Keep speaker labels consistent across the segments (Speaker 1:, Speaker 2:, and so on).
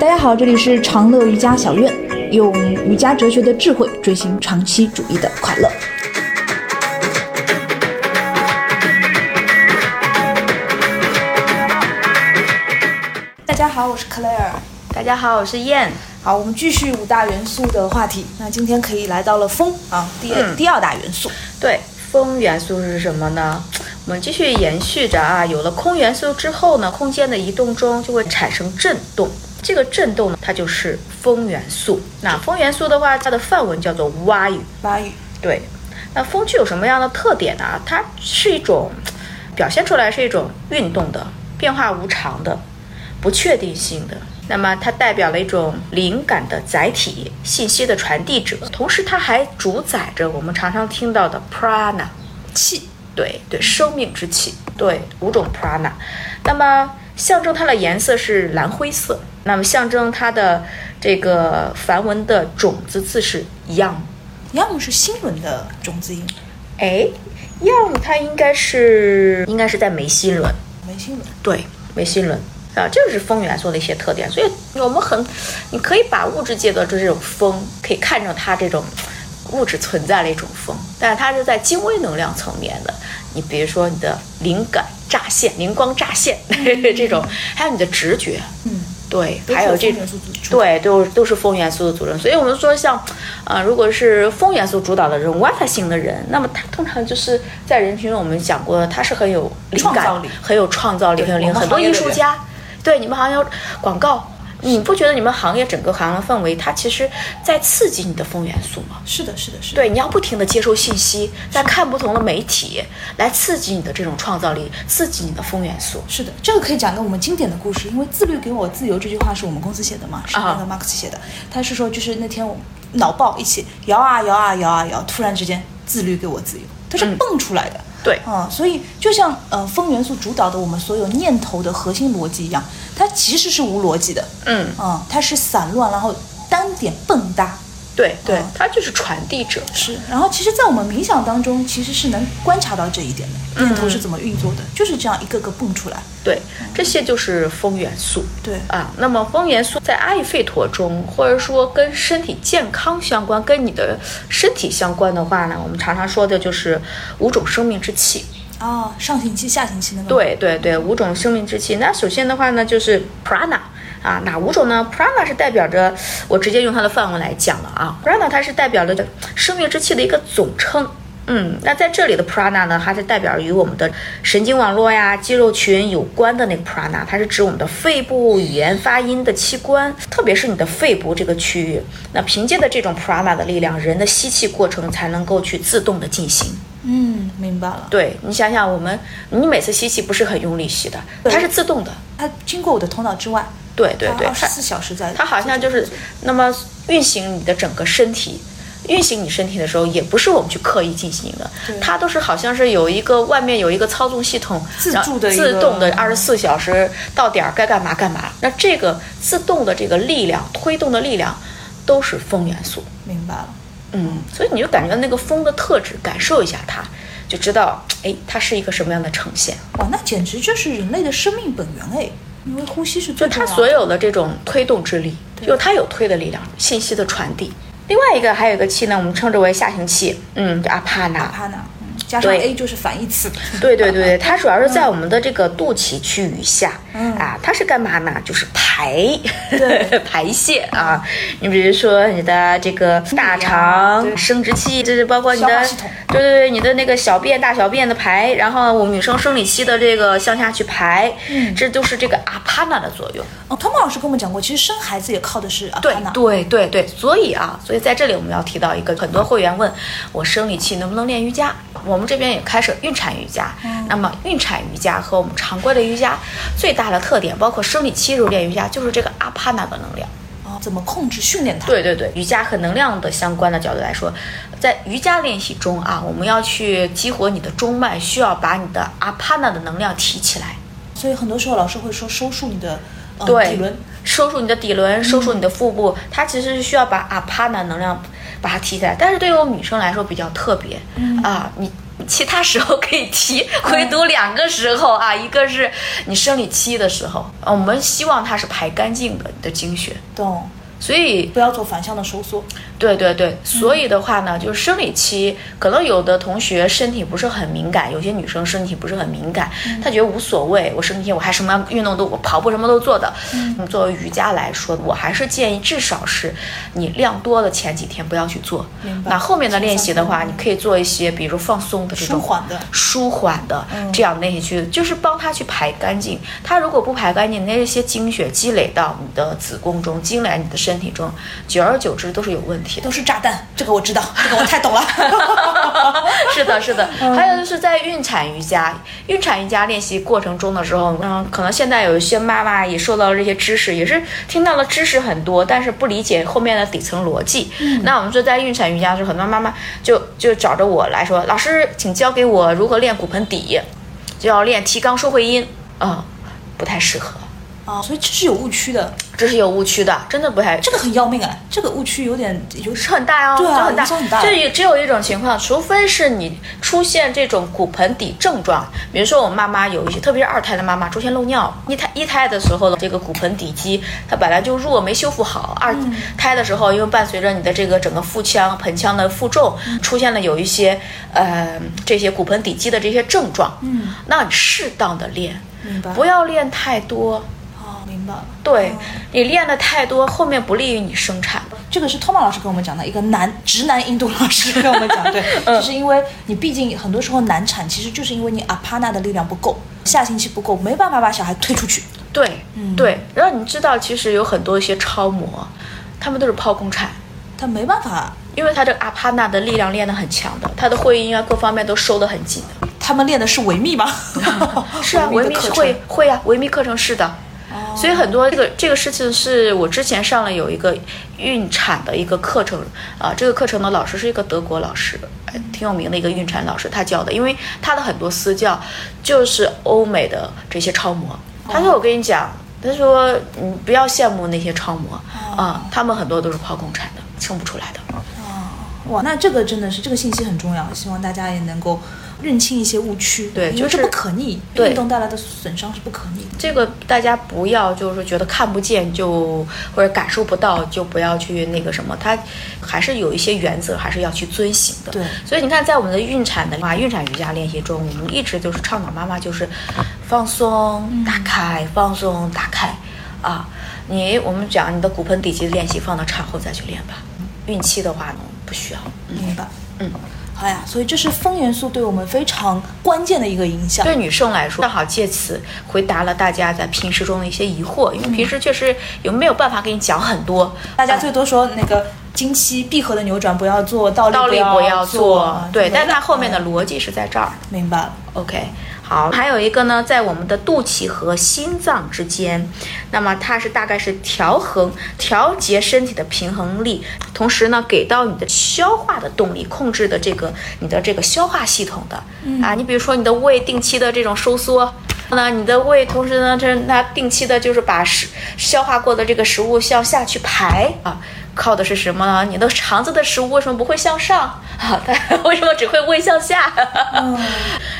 Speaker 1: 大家好，这里是长乐瑜伽小院，用瑜伽哲学的智慧追寻长期主义的快乐。大家好，我是 Claire。
Speaker 2: 大家好，我是燕。
Speaker 1: 好，我们继续五大元素的话题。那今天可以来到了风啊，第、
Speaker 2: 嗯
Speaker 1: 第二大元素。
Speaker 2: 对，风元素是什么呢？我们继续延续着啊，有了空元素之后呢，空间的移动中就会产生震动。这个震动呢，它就是风元素。那风元素的话，它的范文叫做蛙语。
Speaker 1: 巴语，
Speaker 2: 对，那风具有什么样的特点呢、它是一种表现出来是一种运动的、变化无常的、不确定性的。那么它代表了一种灵感的载体、信息的传递者，同时它还主宰着我们常常听到的 prana
Speaker 1: 气
Speaker 2: 对对，生命之气，对五种 prana。那么象征它的颜色是蓝灰色，那么象征它的这个梵文的种子字是 yang。
Speaker 1: ，yam 是新闻的种子音，
Speaker 2: 哎，yang 它应该是应该是在眉心轮，
Speaker 1: 没新闻。
Speaker 2: 对，眉心轮。啊，这就是风元素的一些特点，所以我们很，你可以把物质界的这种风，可以看成它这种物质存在的一种风，但是它是在精微能量层面的。你比如说你的灵感乍现、灵光乍现这种，还有你的直觉，
Speaker 1: 嗯，
Speaker 2: 对，
Speaker 1: 都是
Speaker 2: 还有这
Speaker 1: 风元素组成
Speaker 2: 对，都是都是风元素的组成。所以我们说像，呃，如果是风元素主导的人，Vata 型的人，那么他通常就是在人群中我们讲过的，他是很有灵
Speaker 1: 创
Speaker 2: 感、
Speaker 1: 造力
Speaker 2: 很有创造力、
Speaker 1: 对
Speaker 2: 很有灵
Speaker 1: 我们
Speaker 2: 感，很多
Speaker 1: 行业
Speaker 2: 艺
Speaker 1: 的
Speaker 2: 术
Speaker 1: 人
Speaker 2: 家。对，你们好像有广告，你不觉得你们行业整个行业氛围，它其实在刺激你的风元素吗？
Speaker 1: 是的，是的，是的。
Speaker 2: 对，你要不停的接受信息，在看不同的媒体，来刺激你的这种创造力，刺激你的风元素。
Speaker 1: 是的，这个可以讲个我们经典的故事，因为“自律给我自由”这句话是我们公司写的嘛，是那
Speaker 2: 啊
Speaker 1: 个 Max 写的。他是说，就是那天我们脑爆一起摇啊摇啊摇啊摇，突然之间自律给我自由，它是
Speaker 2: 嗯
Speaker 1: 蹦出来的。
Speaker 2: 对
Speaker 1: 嗯，所以就像呃风元素主导的我们所有念头的核心逻辑一样，它其实是无逻辑的，
Speaker 2: 嗯，
Speaker 1: 嗯，它是散乱，然后单点蹦跶。
Speaker 2: 对对
Speaker 1: 嗯，
Speaker 2: 它就是传递者。
Speaker 1: 是，然后其实，在我们冥想当中，其实是能观察到这一点的，
Speaker 2: 嗯
Speaker 1: 念头是怎么运作的，就是这样一个个蹦出来。
Speaker 2: 对，这些就是风元素。
Speaker 1: 对，
Speaker 2: 啊，那么风元素在阿育吠陀中，或者说跟身体健康相关、跟你的身体相关的话呢，我们常常说的就是五种生命之气。
Speaker 1: 哦，上行期、下行期那个。
Speaker 2: 对对对，五种生命之气。那首先的话呢，就是 prana 啊，哪五种呢？prana 是代表着，我直接用它的范文来讲了啊。prana 它是代表着生命之气的一个总称。嗯，那在这里的 prana 呢，它是代表于我们的神经网络呀、肌肉群有关的那个 prana，它是指我们的肺部语言发音的器官，特别是你的肺部这个区域。那凭借着这种 prana 的力量，人的吸气过程才能够去自动的进行。
Speaker 1: 嗯，明白了。
Speaker 2: 对你想想，我们你每次吸气不是很用力吸的，
Speaker 1: 对
Speaker 2: 它是自动的。
Speaker 1: 它经过我的头脑之外，
Speaker 2: 对对对
Speaker 1: 二，十
Speaker 2: 它
Speaker 1: 四小时在。
Speaker 2: 它好像就是那么运行你的整个身体，运行你身体的时候，也不是我们去刻意进行的
Speaker 1: 对，
Speaker 2: 它都是好像是有一个外面有一个操纵系统，
Speaker 1: 自
Speaker 2: 然后
Speaker 1: 助的一个
Speaker 2: 自动的二十四小时到点儿该干嘛干嘛。那这个自动的这个力量推动的力量，都是风元素。
Speaker 1: 明白了。
Speaker 2: 嗯，所以你就感觉到那个风的特质，感受一下它，就知道哎，它是一个什么样的呈现。
Speaker 1: 哇，那简直就是人类的生命本源哎，因为呼吸是
Speaker 2: 就
Speaker 1: 最重
Speaker 2: 它
Speaker 1: 要的。
Speaker 2: 所有的这种推动之力，就它有推的力量，信息的传递。另外一个还有一个气呢，我们称之为下行气，嗯，叫阿帕纳。
Speaker 1: 帕纳，嗯加上
Speaker 2: 对
Speaker 1: A 就是反义词。
Speaker 2: 对对对，它主要是在我们的这个肚脐区域下，
Speaker 1: 嗯
Speaker 2: 啊，它是干嘛呢？就是排
Speaker 1: 对，
Speaker 2: 排泄啊。你比如说你的这个大肠、
Speaker 1: 对
Speaker 2: 生殖器，这是包括你的
Speaker 1: 消化系统，
Speaker 2: 对对对，你的那个小便、大小便的排，然后我们女生生理期的这个向下去排，
Speaker 1: 嗯
Speaker 2: 这都是这个阿帕纳的作用。
Speaker 1: 哦，汤姆老师跟我们讲过，其实生孩子也靠的是阿啊帕纳。
Speaker 2: 对对对，所以啊，所以在这里我们要提到一个，很多会员问我生理期能不能练瑜伽，我们这边也开始孕产瑜伽。那么孕产瑜伽和我们常规的瑜伽最大的特点，包括生理期时候练瑜伽，就是这个阿帕那个能量。
Speaker 1: 哦，怎么控制训练它？
Speaker 2: 对对对，瑜伽和能量的相关的角度来说，在瑜伽练习中啊，我们要去激活你的中脉，需要把你的阿帕那的能量提起来。
Speaker 1: 所以很多时候老师会说收束你的呃
Speaker 2: 对
Speaker 1: 底轮。嗯
Speaker 2: 收束你的底轮，收束你的腹部，它其实是需要
Speaker 1: 嗯
Speaker 2: 把阿帕纳能量把它提起来。但是对于我们女生来说比较特别、啊，你其他时候可以提， 唯独两个时候啊，一个是你生理期的时候，啊我们希望它是排干净的你的经血，
Speaker 1: 懂？
Speaker 2: 所以
Speaker 1: 不要做反向的收缩，
Speaker 2: 对对对，所以的话
Speaker 1: 嗯
Speaker 2: 呢，就是生理期，可能有的同学身体不是很敏感，有些女生身体不是很敏感，
Speaker 1: 嗯
Speaker 2: 她觉得无所谓，我身体我还什么运动都我跑步什么都做的。嗯，作为瑜伽来说，我还是建议至少是你量多的前几天不要去做
Speaker 1: 明，白
Speaker 2: 那后面的练习的话，
Speaker 1: 嗯
Speaker 2: 你可以做一些，比如放松的这种
Speaker 1: 舒缓的
Speaker 2: 舒缓的这样练习去，就是帮他去排干净。他如果不排干净，那些精血积累到你的子宫中，积累你的身体中，久而久之都是有问题的。
Speaker 1: 都是炸弹，这个我知 道，这个我太懂了。
Speaker 2: 是的，是的。还有就是在孕产瑜伽，孕产瑜伽练习过程中的时候，嗯，可能现在有一些妈妈也受到了这些知识，也是听到了知识很多，但是不理解后面的底层逻辑。那我们说在孕产瑜伽的时候，很多妈妈就就找着我来说，老师，请教给我如何练骨盆底，就要练提肛收回阴，啊、不太适合，
Speaker 1: 啊，所以这是有误区的，
Speaker 2: 这是有误区的，真的不太
Speaker 1: 这个很要命啊，这个误区有点有
Speaker 2: 是很大哦，
Speaker 1: 对啊
Speaker 2: 就很大，
Speaker 1: 影响很大
Speaker 2: 就也只有一种情况，除非是你出现这种骨盆底症状，比如说我妈妈有一些，特别是二胎的妈妈出现漏尿，一胎一胎的时候的这个骨盆底肌它本来就弱，没修复好，二
Speaker 1: 嗯
Speaker 2: 胎的时候因为伴随着你的这个整个腹腔、盆腔的负重，
Speaker 1: 嗯
Speaker 2: 出现了有一些呃这些骨盆底肌的这些症状，
Speaker 1: 嗯，
Speaker 2: 那你适当的练，
Speaker 1: 明白
Speaker 2: 不要练太多，
Speaker 1: 哦，明白了。
Speaker 2: 对
Speaker 1: 哦
Speaker 2: 你练的太多，后面不利于你生产。
Speaker 1: 这个是 Toma 老师跟我们讲的，一个男直男印度老师跟我们 讲，对，
Speaker 2: 嗯
Speaker 1: 就是因为你毕竟很多时候难产，其实就是因为你阿帕纳的力量不够，下行期不够，没办法把小孩推出去。
Speaker 2: 对，
Speaker 1: 嗯
Speaker 2: 对，然后你知道，其实有很多一些超模，他们都是剖宫产，
Speaker 1: 他没办法，
Speaker 2: 因为他这个阿帕纳的力量练得很强的，他的会阴啊各方面都收得很紧的。
Speaker 1: 他们练的是维密吧？
Speaker 2: 是啊，维
Speaker 1: 哦维
Speaker 2: 密
Speaker 1: 的 课程
Speaker 2: 会会啊，维密课程是的。所以很多这个这个事情是我之前上了有一个孕产的一个课程啊、这个课程的老师是一个德国老师，哎挺有名的一个孕产老师，他教的，因为他的很多私教就是欧美的这些超模，他说我跟你讲，他说你不要羡慕那些超模啊、他们很多都是剖宫产的，生不出来的。
Speaker 1: 哇，那这个真的是这个信息很重要，希望大家也能够认清一些误区，
Speaker 2: 对
Speaker 1: 因为
Speaker 2: 就是
Speaker 1: 这不可逆，
Speaker 2: 对
Speaker 1: 运动带来的损伤是不可逆的。
Speaker 2: 这个大家不要就是觉得看不见就或者感受不到就不要去那个什么，它还是有一些原则，还是要去遵循的。
Speaker 1: 对
Speaker 2: 所以你看，在我们的孕产的话，孕产瑜伽练习中，我们一直就是倡导妈妈就是放松、打开、放松、打开啊。你我们讲你的骨盆底肌练习放到产后再去练吧，孕期的话呢不需要。
Speaker 1: 明白。
Speaker 2: 嗯，
Speaker 1: 好呀，所以这是风元素对我们非常关键的一个影响。
Speaker 2: 对女生来说，正好借此回答了大家在平时中的一些疑惑，因为平时确实有没有办法给你讲很多，
Speaker 1: 大
Speaker 2: 呃
Speaker 1: 家最多说那个经期闭合的扭转不要做，倒
Speaker 2: 道理
Speaker 1: 立
Speaker 2: 不
Speaker 1: 不
Speaker 2: 要做
Speaker 1: 做，，
Speaker 2: 对，
Speaker 1: 就没
Speaker 2: 但它后面的
Speaker 1: 嗯
Speaker 2: 逻辑是在这儿。
Speaker 1: 明白了。
Speaker 2: OK，好，还有一个呢，在我们的肚脐和心脏之间，那么它是大概是调衡、调节身体的平衡力，同时呢，给到你的消化的动力，控制的这个你的这个消化系统的、啊，你比如说你的胃定期的这种收缩。那你的胃，同时呢，这那定期的就是把食消化过的这个食物向下去排啊，靠的是什么呢？你的肠子的食物为什么不会向上啊？ 它为什么只会胃向下？
Speaker 1: 嗯，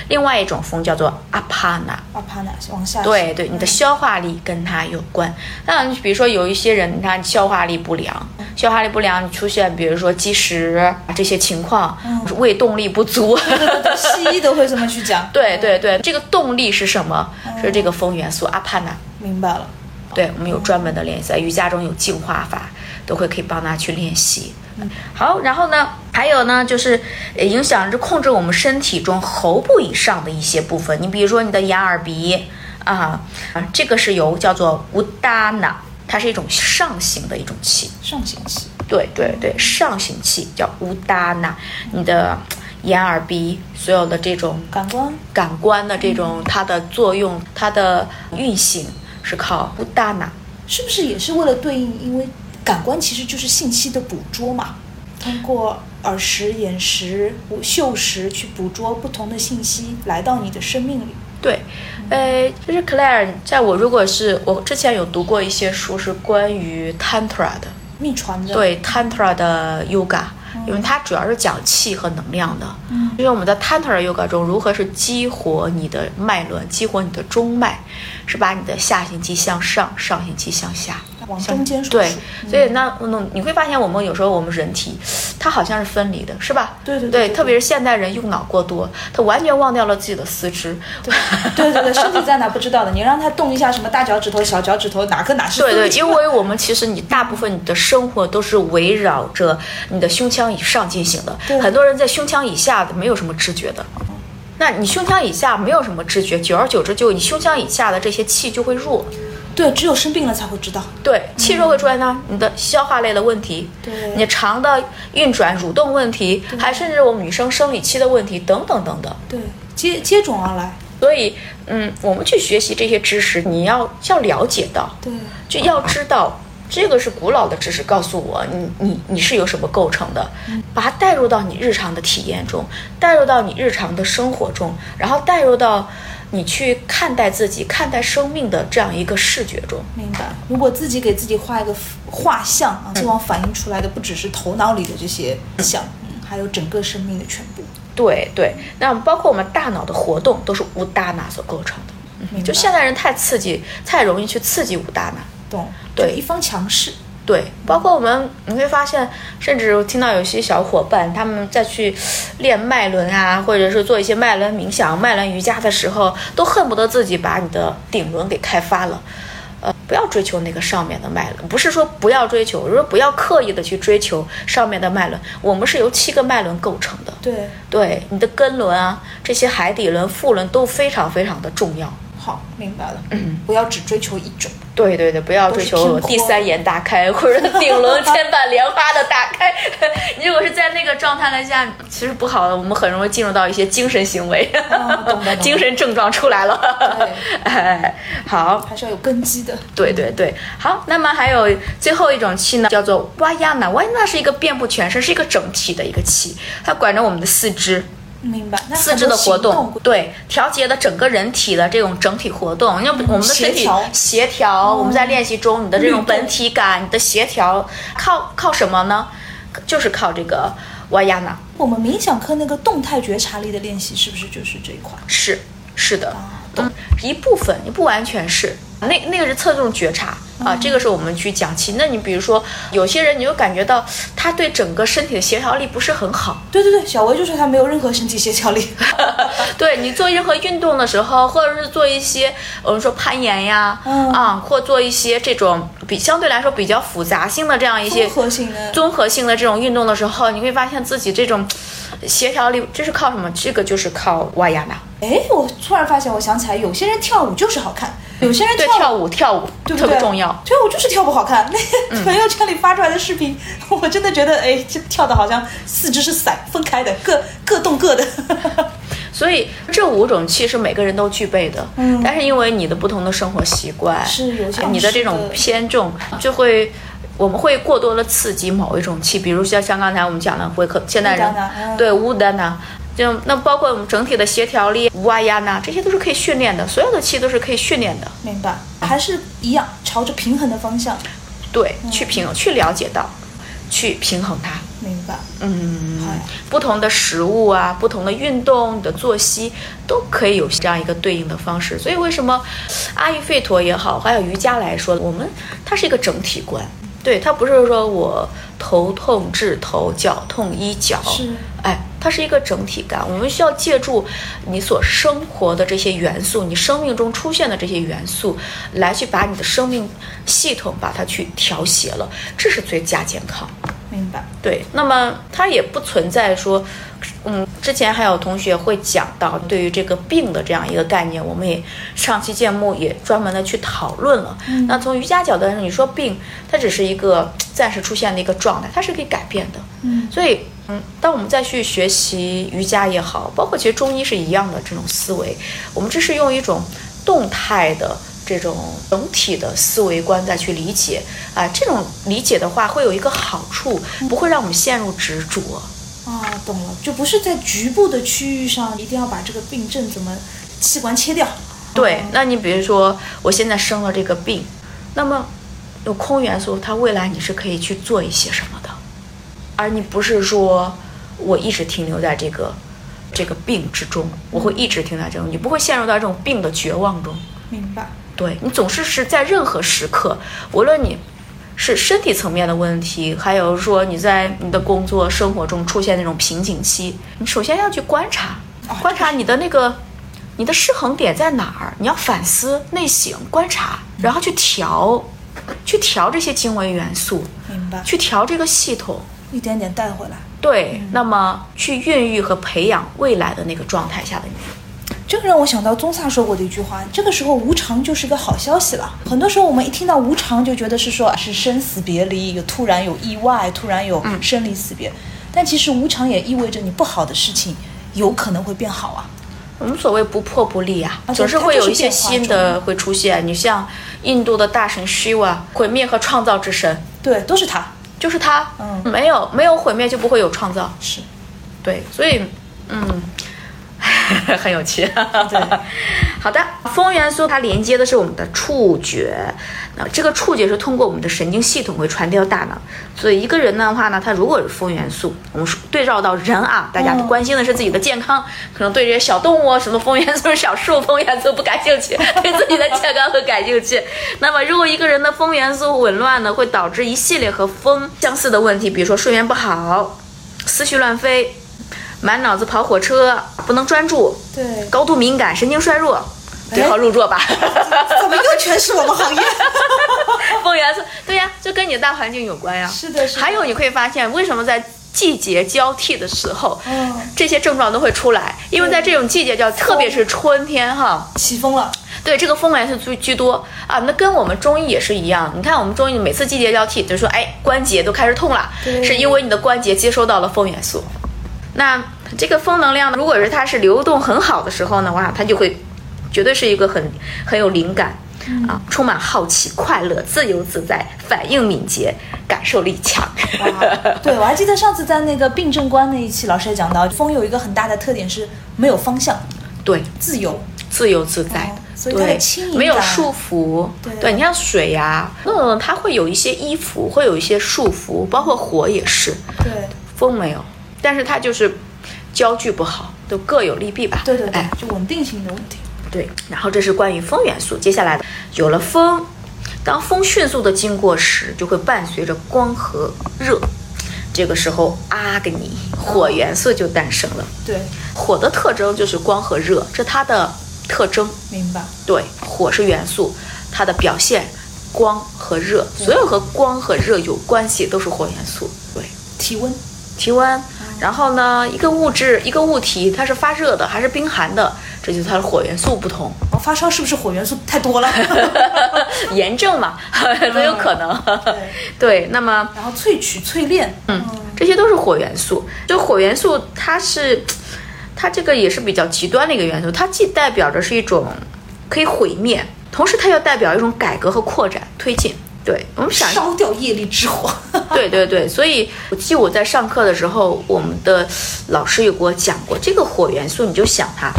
Speaker 2: 另外一种风叫做阿帕纳，
Speaker 1: 阿帕纳往下。
Speaker 2: 对对，你的消化力跟它有关。那你比如说有一些人，他消化力不良，消化力不良，你出现比如说积食啊这些情况，胃动力不足。
Speaker 1: 对对对，西医都会这么去讲。
Speaker 2: 对对对，这个动力是什么？是这个风元素阿帕纳。
Speaker 1: 明白了。
Speaker 2: 对，我们有专门的练习，在瑜伽中有净化法，都会可以帮大家去练习。好，然后呢，还有呢，就是呃影响着控制我们身体中喉部以上的一些部分，你比如说你的眼耳鼻啊啊，这个是由叫做乌达纳，它是一种上行的一种气。
Speaker 1: 上行期
Speaker 2: 对对对，上行气叫乌达纳，你的眼耳鼻所有的这种
Speaker 1: 感官
Speaker 2: 感官的这种它的作用，它的运行是靠乌达纳。
Speaker 1: 是不是也是为了对应？因为感官其实就是信息的捕捉嘛，通过耳识、眼识、嗅识去捕捉不同的信息来到你的生命里。
Speaker 2: 对，呃，就是 Claire，在我如果是我之前有读过一些书是关于 Tantra 的，
Speaker 1: 秘传的，
Speaker 2: 对 Tantra 的 Yoga，因为它主要是讲气和能量的。嗯，就是我们在 Tantra Yoga 中如何是激活你的脉轮，激活你的中脉，是把你的下行期向上，上行期向下。
Speaker 1: 往
Speaker 2: 像
Speaker 1: 中间嗯数数。
Speaker 2: 对，所以那那你会发现，我们有时候我们人体，它好像是分离的，是吧？
Speaker 1: 对对
Speaker 2: 对
Speaker 1: 对对
Speaker 2: 特别是现代人用脑过多，他完全忘掉了自己的四肢。 对
Speaker 1: 对对对，身体在哪不知道的，你让他动一下什么大脚趾头、小脚趾头，哪个哪是
Speaker 2: 对
Speaker 1: 分
Speaker 2: 对，
Speaker 1: 不清
Speaker 2: 因为我们其实你大部分你的生活都是围绕着你的胸腔以上进行的
Speaker 1: 对，哦
Speaker 2: 很多人在胸腔以下的没有什么知觉的。那你胸腔以下没有什么知觉，久而久之就你胸腔以下的这些气就会弱，
Speaker 1: 对，只有生病了才会知道。
Speaker 2: 对，气
Speaker 1: 嗯
Speaker 2: 弱会出来呢，你的消化类的问题，
Speaker 1: 对
Speaker 2: 你的肠的运转蠕动问题，还甚至我们女生生理期的问题等等等等。
Speaker 1: 对，接接踵而来。
Speaker 2: 所以，嗯，我们去学习这些知识，你要要了解到，
Speaker 1: 对，
Speaker 2: 就要知道这个是古老的知识，告诉我你你你是由什么构成的，把它带入到你日常的体验中，带入到你日常的生活中，然后带入到你去看待自己、看待生命的这样一个视觉中。
Speaker 1: 明白。如果自己给自己画一个画像啊，
Speaker 2: 嗯
Speaker 1: 希望反映出来的不只是头脑里的这些想，嗯还有整个生命的全部。
Speaker 2: 对对，那包括我们大脑的活动都是无大脑所构成的。
Speaker 1: 明白
Speaker 2: 嗯就现代人太刺激，太容易去刺激武大脑。
Speaker 1: 懂？
Speaker 2: 对
Speaker 1: 就一方强势。
Speaker 2: 对，包括我们你会发现，甚至我听到有些小伙伴他们在去练脉轮啊，或者是做一些脉轮冥想、脉轮瑜伽的时候，都恨不得自己把你的顶轮给开发了。呃，不要追求那个上面的脉轮，不是说不要追求，而是说不要刻意的去追求上面的脉轮。我们是由七个脉轮构成的，
Speaker 1: 对，
Speaker 2: 对你的根轮啊，这些海底轮、腹轮都非常非常的重要。
Speaker 1: 好，明白了。嗯，不要只追求一种。
Speaker 2: 对对对，不要追求
Speaker 1: 都是
Speaker 2: 第
Speaker 1: 偏颇
Speaker 2: 三眼大开或者顶轮天板莲花的打 开。你如果是在那个状态下，其实不好的，我们很容易进入到一些精神行为，
Speaker 1: 啊懂的懂的
Speaker 2: 精神症状出来了。 哎，好，
Speaker 1: 还是要有根基的。
Speaker 2: 对对对，好。那么还有最后一种气呢，叫做哇呀呢。哇呀呢是一个遍布全身，是一个整体的一个气，它管着我们的四肢。
Speaker 1: 明白。那
Speaker 2: 四
Speaker 1: 很
Speaker 2: 肢
Speaker 1: 多
Speaker 2: 的活
Speaker 1: 行
Speaker 2: 动
Speaker 1: 动，，
Speaker 2: 对调节的整个人体的这种整体活动，因为我们的身
Speaker 1: 协
Speaker 2: 体
Speaker 1: 调哦
Speaker 2: 协调，我们在练习中你的这种本体感、你的协调，靠靠什么呢？就是靠这个瓦亚纳，
Speaker 1: 我们冥想课那个动态觉察力的练习，是不是就是这一块？
Speaker 2: 是是的，
Speaker 1: 啊，
Speaker 2: 嗯，一部分也不完全是，那那个是侧重觉察。
Speaker 1: 哦
Speaker 2: 啊，这个是我们去讲起。那你比如说，有些人你就感觉到他对整个身体的协调力不是很好，
Speaker 1: 对对对，小维就说他没有任何身体协调力。
Speaker 2: 对你做任何运动的时候，或者是做一些我们说攀岩呀，
Speaker 1: 嗯
Speaker 2: 啊，或做一些这种比相对来说比较复杂性的这 样一些
Speaker 1: 综合性的
Speaker 2: 综合性的这种运动的时候，你会发现自己这种呃协调力，这是靠什么？这个就是靠瓦亚纳。
Speaker 1: 哎，我突然发现，我想起来，有些人跳舞就是好看，有些人
Speaker 2: 嗯对，
Speaker 1: 跳
Speaker 2: 跳舞跳舞
Speaker 1: 对不
Speaker 2: 特
Speaker 1: 对
Speaker 2: 别重要。嗯
Speaker 1: 跳舞就是跳不好看。那些朋友圈里发出来的视频， 我真的觉得，哎，这跳的好像四肢是散分开的，各各动各的。
Speaker 2: 所以这五种气是每个人都具备的，
Speaker 1: 嗯
Speaker 2: 但是因为你的不同的生活习惯，
Speaker 1: 是啊有些
Speaker 2: 啊你的这种偏重，就会我们会过多的刺激某一种气，比如像像刚才我们讲的，会可现代人
Speaker 1: 乌丹呐嗯
Speaker 2: 对乌丹呐。就那包括我们整体的协调力、乌啊呀呐，这些都是可以训练的，所有的气都是可以训练的。
Speaker 1: 明白，还是一样，朝着平衡的方向。
Speaker 2: 对，
Speaker 1: 嗯
Speaker 2: 去平衡，去了解到，去平衡它。
Speaker 1: 明白，
Speaker 2: 嗯，
Speaker 1: 好呀，
Speaker 2: 不同的食物啊，不同的运动你的作息，都可以有这样一个对应的方式。所以为什么呃阿育吠陀也好，还有瑜伽来说，我们它是一个整体观，对，它不是说我头痛治头，脚痛医脚，
Speaker 1: 是
Speaker 2: 哎，它是一个整体感。我们需要借助你所生活的这些元素，你生命中出现的这些元素，来去把你的生命系统把它去调谐了，这是最佳健康。
Speaker 1: 明白，
Speaker 2: 对，那么它也不存在说，嗯，之前还有同学会讲到对于这个病的这样一个概念，我们也上期节目也专门的去讨论了。那从瑜伽角度来说，你说病，它只是一个暂时出现的一个状态，它是可以改变的。
Speaker 1: 嗯，
Speaker 2: 所以，嗯，当我们再去学习瑜伽也好，包括其实中医是一样的这种思维，我们这是用一种动态的这种整体的思维观再去理解啊、这种理解的话会有一个好处，不会让我们陷入执着。
Speaker 1: 啊，懂了，就不是在局部的区域上，一定要把这个病症怎么器官切掉。
Speaker 2: 对，那你比如说我现在生了这个病，那么有空元素，它未来你是可以去做一些什么的。而你不是说我一直停留在这个这个病之中，我会一直停留在这种，你不会陷入到这种病的绝望中。
Speaker 1: 明白。
Speaker 2: 对你总是是在任何时刻，无论你是身体层面的问题，还有说你在你的工作生活中出现那种瓶颈期，你首先要去观察，观察你的那个你的失衡点在哪儿，你要反思、内省、观察，然后去调，去调这些精微元素，
Speaker 1: 明白，
Speaker 2: 去调这个系统。
Speaker 1: 一点点带回来。
Speaker 2: 对，那么去孕育和培养未来的那个状态下的你，
Speaker 1: 这个让我想到宗萨说过的一句话：这个时候无常就是个好消息了。很多时候我们一听到无常，就觉得是说是生死别离，有突然有意外，突然有生离死别。但其实无常也意味着你不好的事情有可能会变好啊。
Speaker 2: 我们所谓不破不立啊，
Speaker 1: 而且
Speaker 2: 总是
Speaker 1: 它
Speaker 2: 会
Speaker 1: 就
Speaker 2: 有
Speaker 1: 是
Speaker 2: 一些
Speaker 1: 变化
Speaker 2: 新
Speaker 1: 中
Speaker 2: 的会出现。你像印度的大神 Shiva，毁灭和创造之神，
Speaker 1: 对，都是他。
Speaker 2: 就是他，
Speaker 1: 嗯
Speaker 2: 没有没有毁灭就不会有创造。
Speaker 1: 是，
Speaker 2: 对，所以，嗯， 很有趣。
Speaker 1: 对，
Speaker 2: 好的，风元素它连接的是我们的触觉，那这个触觉是通过我们的神经系统会传递到大脑。所以一个人的话呢，他如果是风元素，我们说对照到人啊，大家
Speaker 1: 嗯
Speaker 2: 关心的是自己的健康，可能对这些小动物啊、什么风元素、小树风元素不感兴趣，对自己的健康很感兴趣。那么如果一个人的风元素紊乱呢，会导致一系列和风相似的问题，比如说睡眠不好、思绪乱飞、满脑子跑火车、不能专注。
Speaker 1: 对，
Speaker 2: 高度敏感、神经衰弱，
Speaker 1: 哎
Speaker 2: 对号 入座吧。
Speaker 1: 怎么又 全是我们行业？
Speaker 2: 风元素，对呀，这跟你的大环境有关呀。
Speaker 1: 是的是的
Speaker 2: 还有你会发现，为什么在季节交替的时候，
Speaker 1: 嗯
Speaker 2: 这些症状都会出来？因为在这种季节叫，特别是春天哈，
Speaker 1: 起风了，
Speaker 2: 对这个风元素居居多啊。那跟我们中医也是一样，你看我们中医每次季节交替，就说哎关节都开始痛了，
Speaker 1: 对
Speaker 2: 是因为你的关节接收到了风元素。那这个风能量呢，如果是它是流动很好的时候呢，哇，它就会绝对是一个很很有灵感。
Speaker 1: 嗯
Speaker 2: 啊，充满好奇、快乐、自由自在，反应敏捷，感受力强。
Speaker 1: 哇对，我还记得上次在那个病症观那一期，老师也讲到，风有一个很大的特点是没有方向，
Speaker 2: 对，
Speaker 1: 自由。
Speaker 2: 自由自在的，
Speaker 1: 哦所以它
Speaker 2: 对
Speaker 1: 的轻，盈
Speaker 2: 没有
Speaker 1: 感
Speaker 2: 束缚。
Speaker 1: 对
Speaker 2: 你像水呀、嗯，它会有一些衣服，会有一些束缚，包括火也是，
Speaker 1: 对，
Speaker 2: 风没有，但是它就是交聚不好，都各有利弊吧。
Speaker 1: 对对对
Speaker 2: 哎，，
Speaker 1: 就稳定性的问题。
Speaker 2: 对。然后这是关于风元素，接下来有了风，当风迅速的经过时，就会伴随着光和热，这个时候阿格尼
Speaker 1: 哦
Speaker 2: 火元素就诞生了。
Speaker 1: 对，
Speaker 2: 火的特征就是光和热，这它的特征。
Speaker 1: 明白。
Speaker 2: 对，火是元素，它的表现光和热，所有和光和热有关系都是火元素。对，
Speaker 1: 体温，
Speaker 2: 体温，然后呢，一个物质一个物体它是发热的还是冰寒的，这就是它的火元素不同。
Speaker 1: 哦，发烧是不是火元素太多了？
Speaker 2: 炎症嘛， 都有可能。
Speaker 1: 对
Speaker 2: 对，那么
Speaker 1: 然后萃取、淬炼，嗯，
Speaker 2: 这些都是火元素。就火元素，它是它这个也是比较极端的一个元素，它既代表着是一种可以毁灭，同时它又代表一种改革和扩展、推进。对我们想一下
Speaker 1: 烧掉业力之火。
Speaker 2: 对对对，所以我记得我在上课的时候，我们的老师有给我讲过，这个火元素你就想它，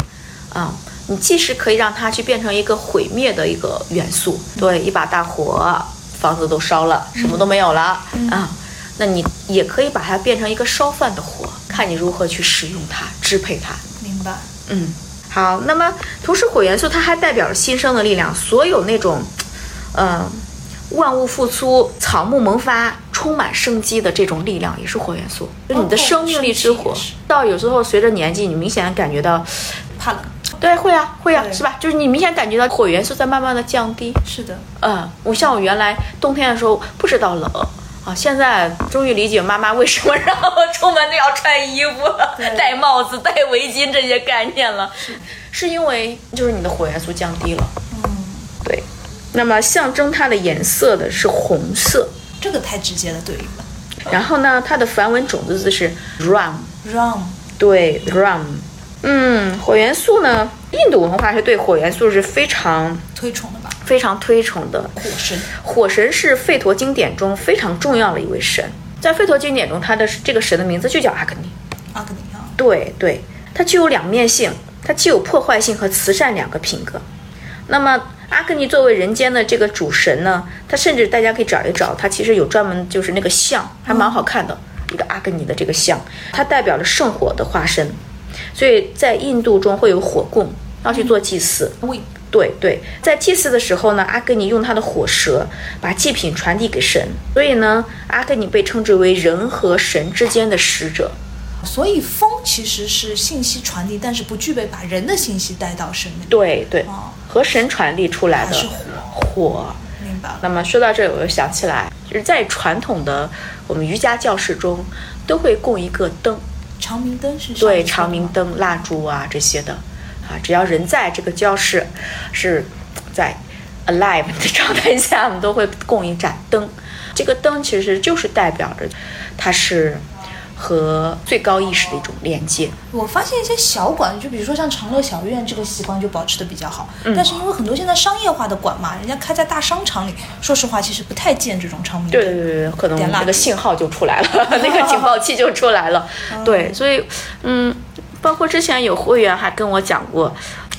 Speaker 2: 啊、你既是可以让它去变成一个毁灭的一个元素，对，一把大火，房子都烧了，什么都没有了啊、那你也可以把它变成一个烧饭的火，看你如何去使用它，支配它，
Speaker 1: 明白，
Speaker 2: 嗯，好，那么同时火元素它还代表了新生的力量，所有那种，呃，万物复苏、草木萌发、充满生机的这种力量也是火元素，就是你的
Speaker 1: 包括
Speaker 2: 生命力之火
Speaker 1: 哦生气也是。
Speaker 2: 到有时候随着年纪，你明显感觉到，
Speaker 1: 怕冷。
Speaker 2: 对，会啊，会啊，
Speaker 1: 对
Speaker 2: 是吧？就是你明显感觉到火元素在慢慢的降低。
Speaker 1: 是的，
Speaker 2: 嗯，我像我原来冬天的时候不知道冷。啊，现在终于理解妈妈为什么让我出门都要穿衣服 了、
Speaker 1: 对
Speaker 2: 戴帽子、戴围巾这些概念了， 是因为就是你的火元素降低了。
Speaker 1: 嗯，
Speaker 2: 对，那么象征它的颜色的是红色，
Speaker 1: 这个太直接了，对应了。
Speaker 2: 然后呢，它的梵文种子字是 ram，
Speaker 1: Run，
Speaker 2: 对 ram。嗯，火元素呢，印度文化是对火元素是非常
Speaker 1: 推崇的吧，
Speaker 2: 非常推崇的，
Speaker 1: 火神。
Speaker 2: 火神是吠陀经典中非常重要的一位神，在吠陀经典中，他的这个神的名字就叫阿格尼。
Speaker 1: 阿格尼啊，
Speaker 2: 对对，它具有两面性，它既有破坏性和慈善两个品格。那么阿格尼作为人间的这个主神呢，他甚至大家可以找一找，他其实有专门就是那个像，还蛮好看的。一个阿根尼的这个像，它代表了圣火的化身，所以在印度中会有火供，要去做祭祀。
Speaker 1: 为
Speaker 2: 对对，在祭祀的时候呢，阿格尼用他的火舌把祭品传递给神，所以呢，阿格尼被称之为人和神之间的使者。
Speaker 1: 所以风其实是信息传递，但是不具备把人的信息带到神那里。
Speaker 2: 对对
Speaker 1: 哦，
Speaker 2: 和神传递出来的
Speaker 1: 还是火
Speaker 2: 火。
Speaker 1: 明白了。
Speaker 2: 那么说到这，我又想起来，就是在传统的我们瑜伽教室中，都会供一个灯，
Speaker 1: 长明灯是
Speaker 2: 对，
Speaker 1: 上
Speaker 2: 长
Speaker 1: 帝
Speaker 2: 明
Speaker 1: 吗
Speaker 2: 灯、蜡烛啊这些的，啊，只要人在这个教室，是在 alive 的状态下，我们都会供一盏灯。这个灯其实就是代表着，它是和最高意识的一种连接。
Speaker 1: 我发现一些小馆，就比如说像长乐小院这个习惯就保持的比较好，
Speaker 2: 嗯
Speaker 1: 但是因为很多现在商业化的馆嘛，人家开在大商场里，说实话其实不太见这种长明
Speaker 2: 对
Speaker 1: 灯。
Speaker 2: 对对对，可能
Speaker 1: 点蜡
Speaker 2: 那个
Speaker 1: 烛
Speaker 2: 信号就出来 了，那个警报器就出来了。对，所以嗯，包括之前有会员还跟我讲过，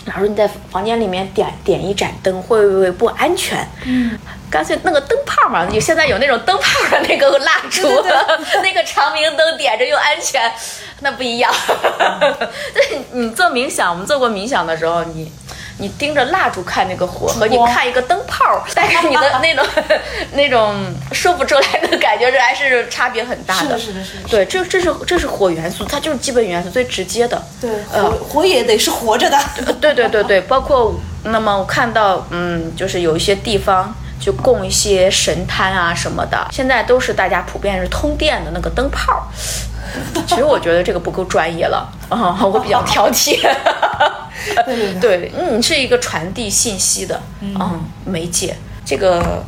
Speaker 2: 老师你在房间里面点点一盏灯会不会不安全？
Speaker 1: 嗯，
Speaker 2: 干脆弄个灯泡嘛，有现在有那种灯泡的那个蜡烛， 那个长明灯点着又安全，那不一样。
Speaker 1: 嗯
Speaker 2: 对， 你做冥想，我们做过冥想的时候，你你盯着蜡烛看那个火，和你
Speaker 1: 光
Speaker 2: 看一个灯 泡，带给你的那种 那种说不出来的感觉，这还是差别很大
Speaker 1: 是
Speaker 2: 的。
Speaker 1: 的，是的，是的。
Speaker 2: 对，这这是这是火元素，它就是基本元素，最直接的。
Speaker 1: 对，
Speaker 2: 呃
Speaker 1: 活活也得是活着的。
Speaker 2: 对对对对，包括那么我看到，嗯，就是有一些地方就供一些神龛啊什么的，现在都是大家普遍是通电的那个灯泡儿。其实我觉得这个不够专业了啊、我比较挑剔。
Speaker 1: 对对对，
Speaker 2: 对，你是一个传递信息的嗯媒介，这个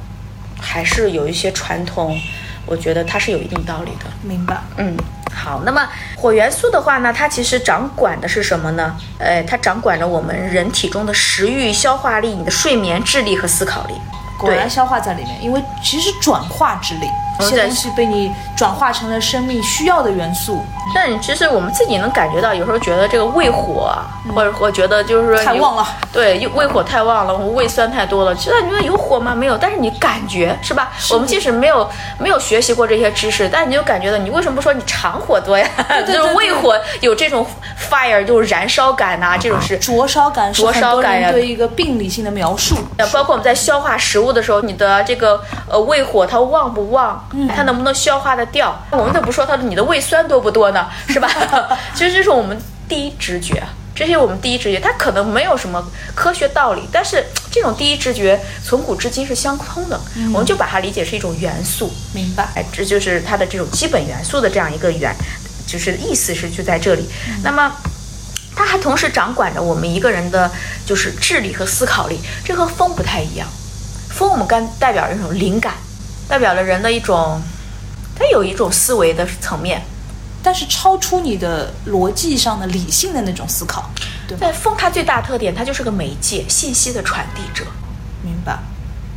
Speaker 2: 还是有一些传统，我觉得它是有一定道理的。
Speaker 1: 明白。
Speaker 2: 嗯，好，那么火元素的话呢，它其实掌管的是什么呢？呃，它掌管着我们人体中的食欲、消化力、你的睡眠、智力和思考力。
Speaker 1: 果然消化在里面，因为其实转化之力，一
Speaker 2: 对
Speaker 1: 些东西被你转化成了生命需要的元素，
Speaker 2: 但其实我们自己能感觉到，有时候觉得这个胃火啊，或者我觉得就是说
Speaker 1: 嗯太
Speaker 2: 你
Speaker 1: 旺了，
Speaker 2: 对，又胃火太旺了，我胃酸太多了。其实你说有火吗？没有，但是你感觉是吧？我们即使没有没有学习过这些知识，但你就感觉到你为什么不说你肠火多呀？
Speaker 1: 对
Speaker 2: 就是
Speaker 1: 对
Speaker 2: 胃火有这种 fire，就是燃烧感呐、这种是
Speaker 1: 灼烧感是
Speaker 2: 灼
Speaker 1: 很
Speaker 2: 烧
Speaker 1: 多
Speaker 2: 感呀
Speaker 1: 人对一个病理性的描述。
Speaker 2: 呃，包括我们在消化食物的时候，你的这个呃胃火它旺不旺，它能不能消化得掉？我们怎么不说它的你的胃酸多不多呢？是吧？其实这是我们第一直觉，这些我们第一直觉，它可能没有什么科学道理，但是这种第一直觉从古至今是相通的，我们就把它理解是一种元素。
Speaker 1: 明白。
Speaker 2: 哎，这就是它的这种基本元素的这样一个元，就是意思是就在这里。那么。它还同时掌管着我们一个人的，就是智力和思考力，这和风不太一样。风我们刚代表了一种灵感，代表了人的一种，它有一种思维的层面。
Speaker 1: 但是超出你的逻辑上的理性的那种思考，对吧？
Speaker 2: 但风它最大特点，它就是个媒介，信息的传递者。
Speaker 1: 明白。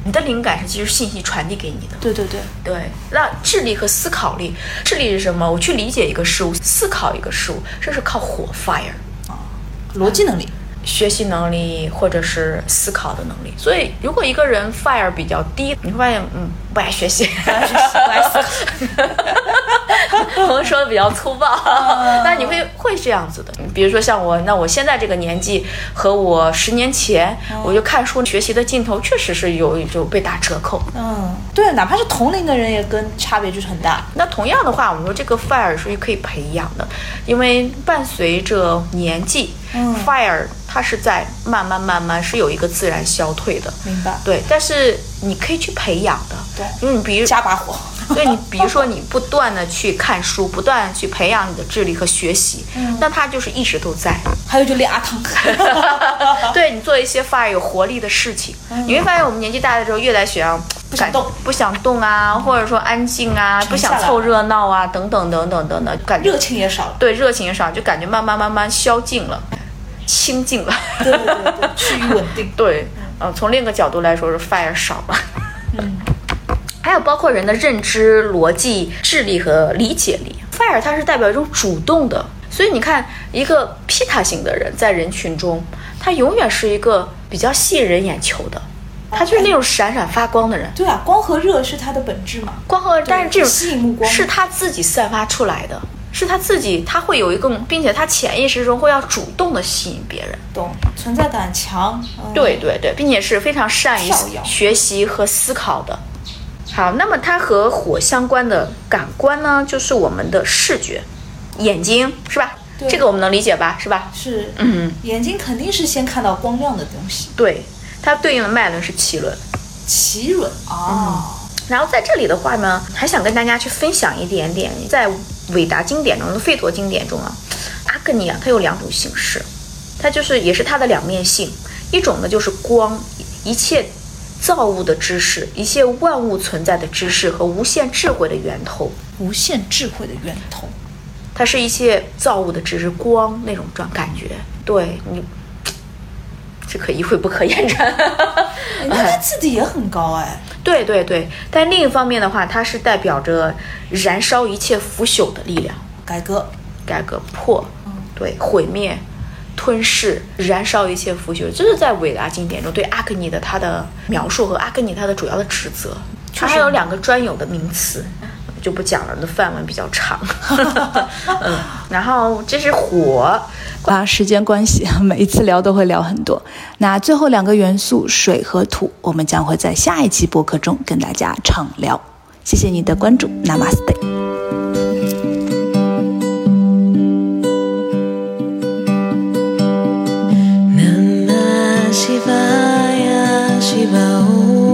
Speaker 2: 你的灵感是其实信息传递给你的。
Speaker 1: 对对对，
Speaker 2: 对，那智力和思考力，智力是什么？我去理解一个事物，思考一个事物，这是靠火 fire。
Speaker 1: 逻辑能力，
Speaker 2: 学习能力或者是思考的能力。所以，如果一个人 fire 比较低，你会发现，嗯，不爱学习， 不爱
Speaker 1: 学习不爱思
Speaker 2: 考。我们说的比较粗暴，但你会会这样子的。比如说像我，那我现在这个年纪和我十年前，我就看书学习的劲头确实是有有被打折扣。
Speaker 1: 嗯，对，哪怕是同龄的人也跟差别就是很大。
Speaker 2: 那同样的话，我们说这个 fire 是可以培养的，因为伴随着年纪、
Speaker 1: 嗯
Speaker 2: f i r e 它是在慢慢慢慢是有一个自然消退的。
Speaker 1: 明白。
Speaker 2: 对，但是你可以去培养的。
Speaker 1: 对
Speaker 2: 就是你比如，
Speaker 1: 加把火，
Speaker 2: 对你比如说你不断的去看书，不断的去培养你的智力和学习，
Speaker 1: 嗯
Speaker 2: 那它就是一直都 在。
Speaker 1: 还有就练阿汤。
Speaker 2: 对你做一些 fire 有活力的事情，你会发现我们年纪大的时候越来越想不
Speaker 1: 嗯想动，
Speaker 2: 不想动啊，或者说安静啊，不
Speaker 1: 下
Speaker 2: 想
Speaker 1: 来
Speaker 2: 凑热闹啊，等等等等等等，感觉
Speaker 1: 热情也少了。
Speaker 2: 对热情上就感觉慢慢慢慢消尽了，清静了。
Speaker 1: 对对对 对，趋于稳定。
Speaker 2: 对，呃，从另一个角度来说是 fire 少了。嗯，还有包括人的认知、逻辑、智力和理解力。fire 它是代表一种主动的，所以你看一个 P 塔型的人在人群中，他永远是一个比较吸引人眼球的。他就是那种闪闪发光的人。
Speaker 1: 对啊，光和热是它的本质嘛。
Speaker 2: 光和，但是这种
Speaker 1: 吸引目光
Speaker 2: 是他自己散发出来的，是他自己，他会有一个，并且他潜意识中会要主动的吸引别人。
Speaker 1: 懂，存在感强。嗯、
Speaker 2: 对对对，并且是非常善于
Speaker 1: 跳跃
Speaker 2: 学习和思考的。好，那么它和火相关的感官呢，就是我们的视觉，眼睛是吧？
Speaker 1: 对
Speaker 2: 这个我们能理解吧？是吧？
Speaker 1: 是，
Speaker 2: 嗯，
Speaker 1: 眼睛肯定是先看到光亮的东西，
Speaker 2: 对，它对应的脉轮是脐轮。
Speaker 1: 奇轮啊，
Speaker 2: 然后在这里的话呢，还想跟大家去分享一点点，在伟达经典中的吠陀经典中啊，阿格尼啊，它有两种形式，它就是也是它的两面性，一种呢就是光，一切造物的知识，一切万物存在的知识和无限智慧的源头，
Speaker 1: 无限智慧的源头。
Speaker 2: 它是一切造物的知识，光那种状感觉，对你。这可意会不可言传，
Speaker 1: 哎那它自己也很高哎，
Speaker 2: 对对对，但另一方面的话，它是代表着燃烧一切腐朽的力量，
Speaker 1: 改革
Speaker 2: 改革破，对，毁灭、吞噬、燃烧一切腐朽，这是在伟大经典中对阿格尼的他的描述和阿格尼他的主要的职责。它还有两个专有的名词，就不讲了，那范文比较长。 嗯，然后这是火，
Speaker 1: 啊，时间关系，每一次聊都会聊很多。那最后两个元素水和土，我们将会在下一期播客中跟大家畅聊。谢谢你的关注，Namaste。
Speaker 3: Namah Shivaya Shiva Om.